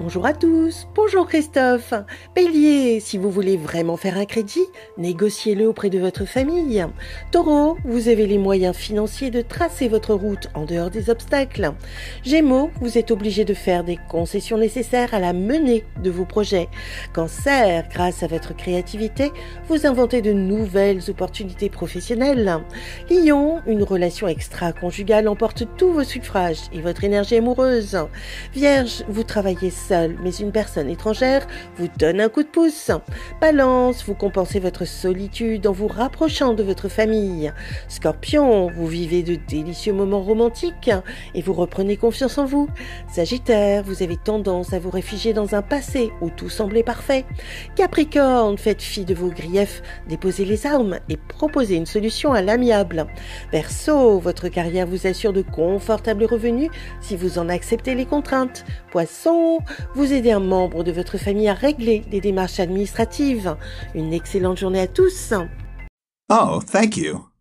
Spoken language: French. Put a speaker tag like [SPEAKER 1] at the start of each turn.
[SPEAKER 1] Bonjour à tous, bonjour Christophe. Bélier, si vous voulez vraiment faire un crédit, négociez-le auprès de votre famille. Taureau, vous avez les moyens financiers de tracer votre route en dehors des obstacles. Gémeaux, vous êtes obligé de faire des concessions nécessaires à la menée de vos projets. Cancer, grâce à votre créativité, vous inventez de nouvelles opportunités professionnelles. Lion, une relation extra-conjugale emporte tous vos suffrages et votre énergie amoureuse. Vierge, vous travaillez seul, mais une personne étrangère vous donne un coup de pouce. Balance, vous compensez votre solitude en vous rapprochant de votre famille. Scorpion, vous vivez de délicieux moments romantiques et vous reprenez confiance en vous. Sagittaire, vous avez tendance à vous réfugier dans un passé où tout semblait parfait. Capricorne, faites fi de vos griefs, déposez les armes et proposez une solution à l'amiable. Verseau, votre carrière vous assure de confortables revenus si vous en acceptez les contraintes. Poisson, vous aidez un membre de votre famille à régler des démarches administratives. Une excellente journée à tous.
[SPEAKER 2] Oh, thank you.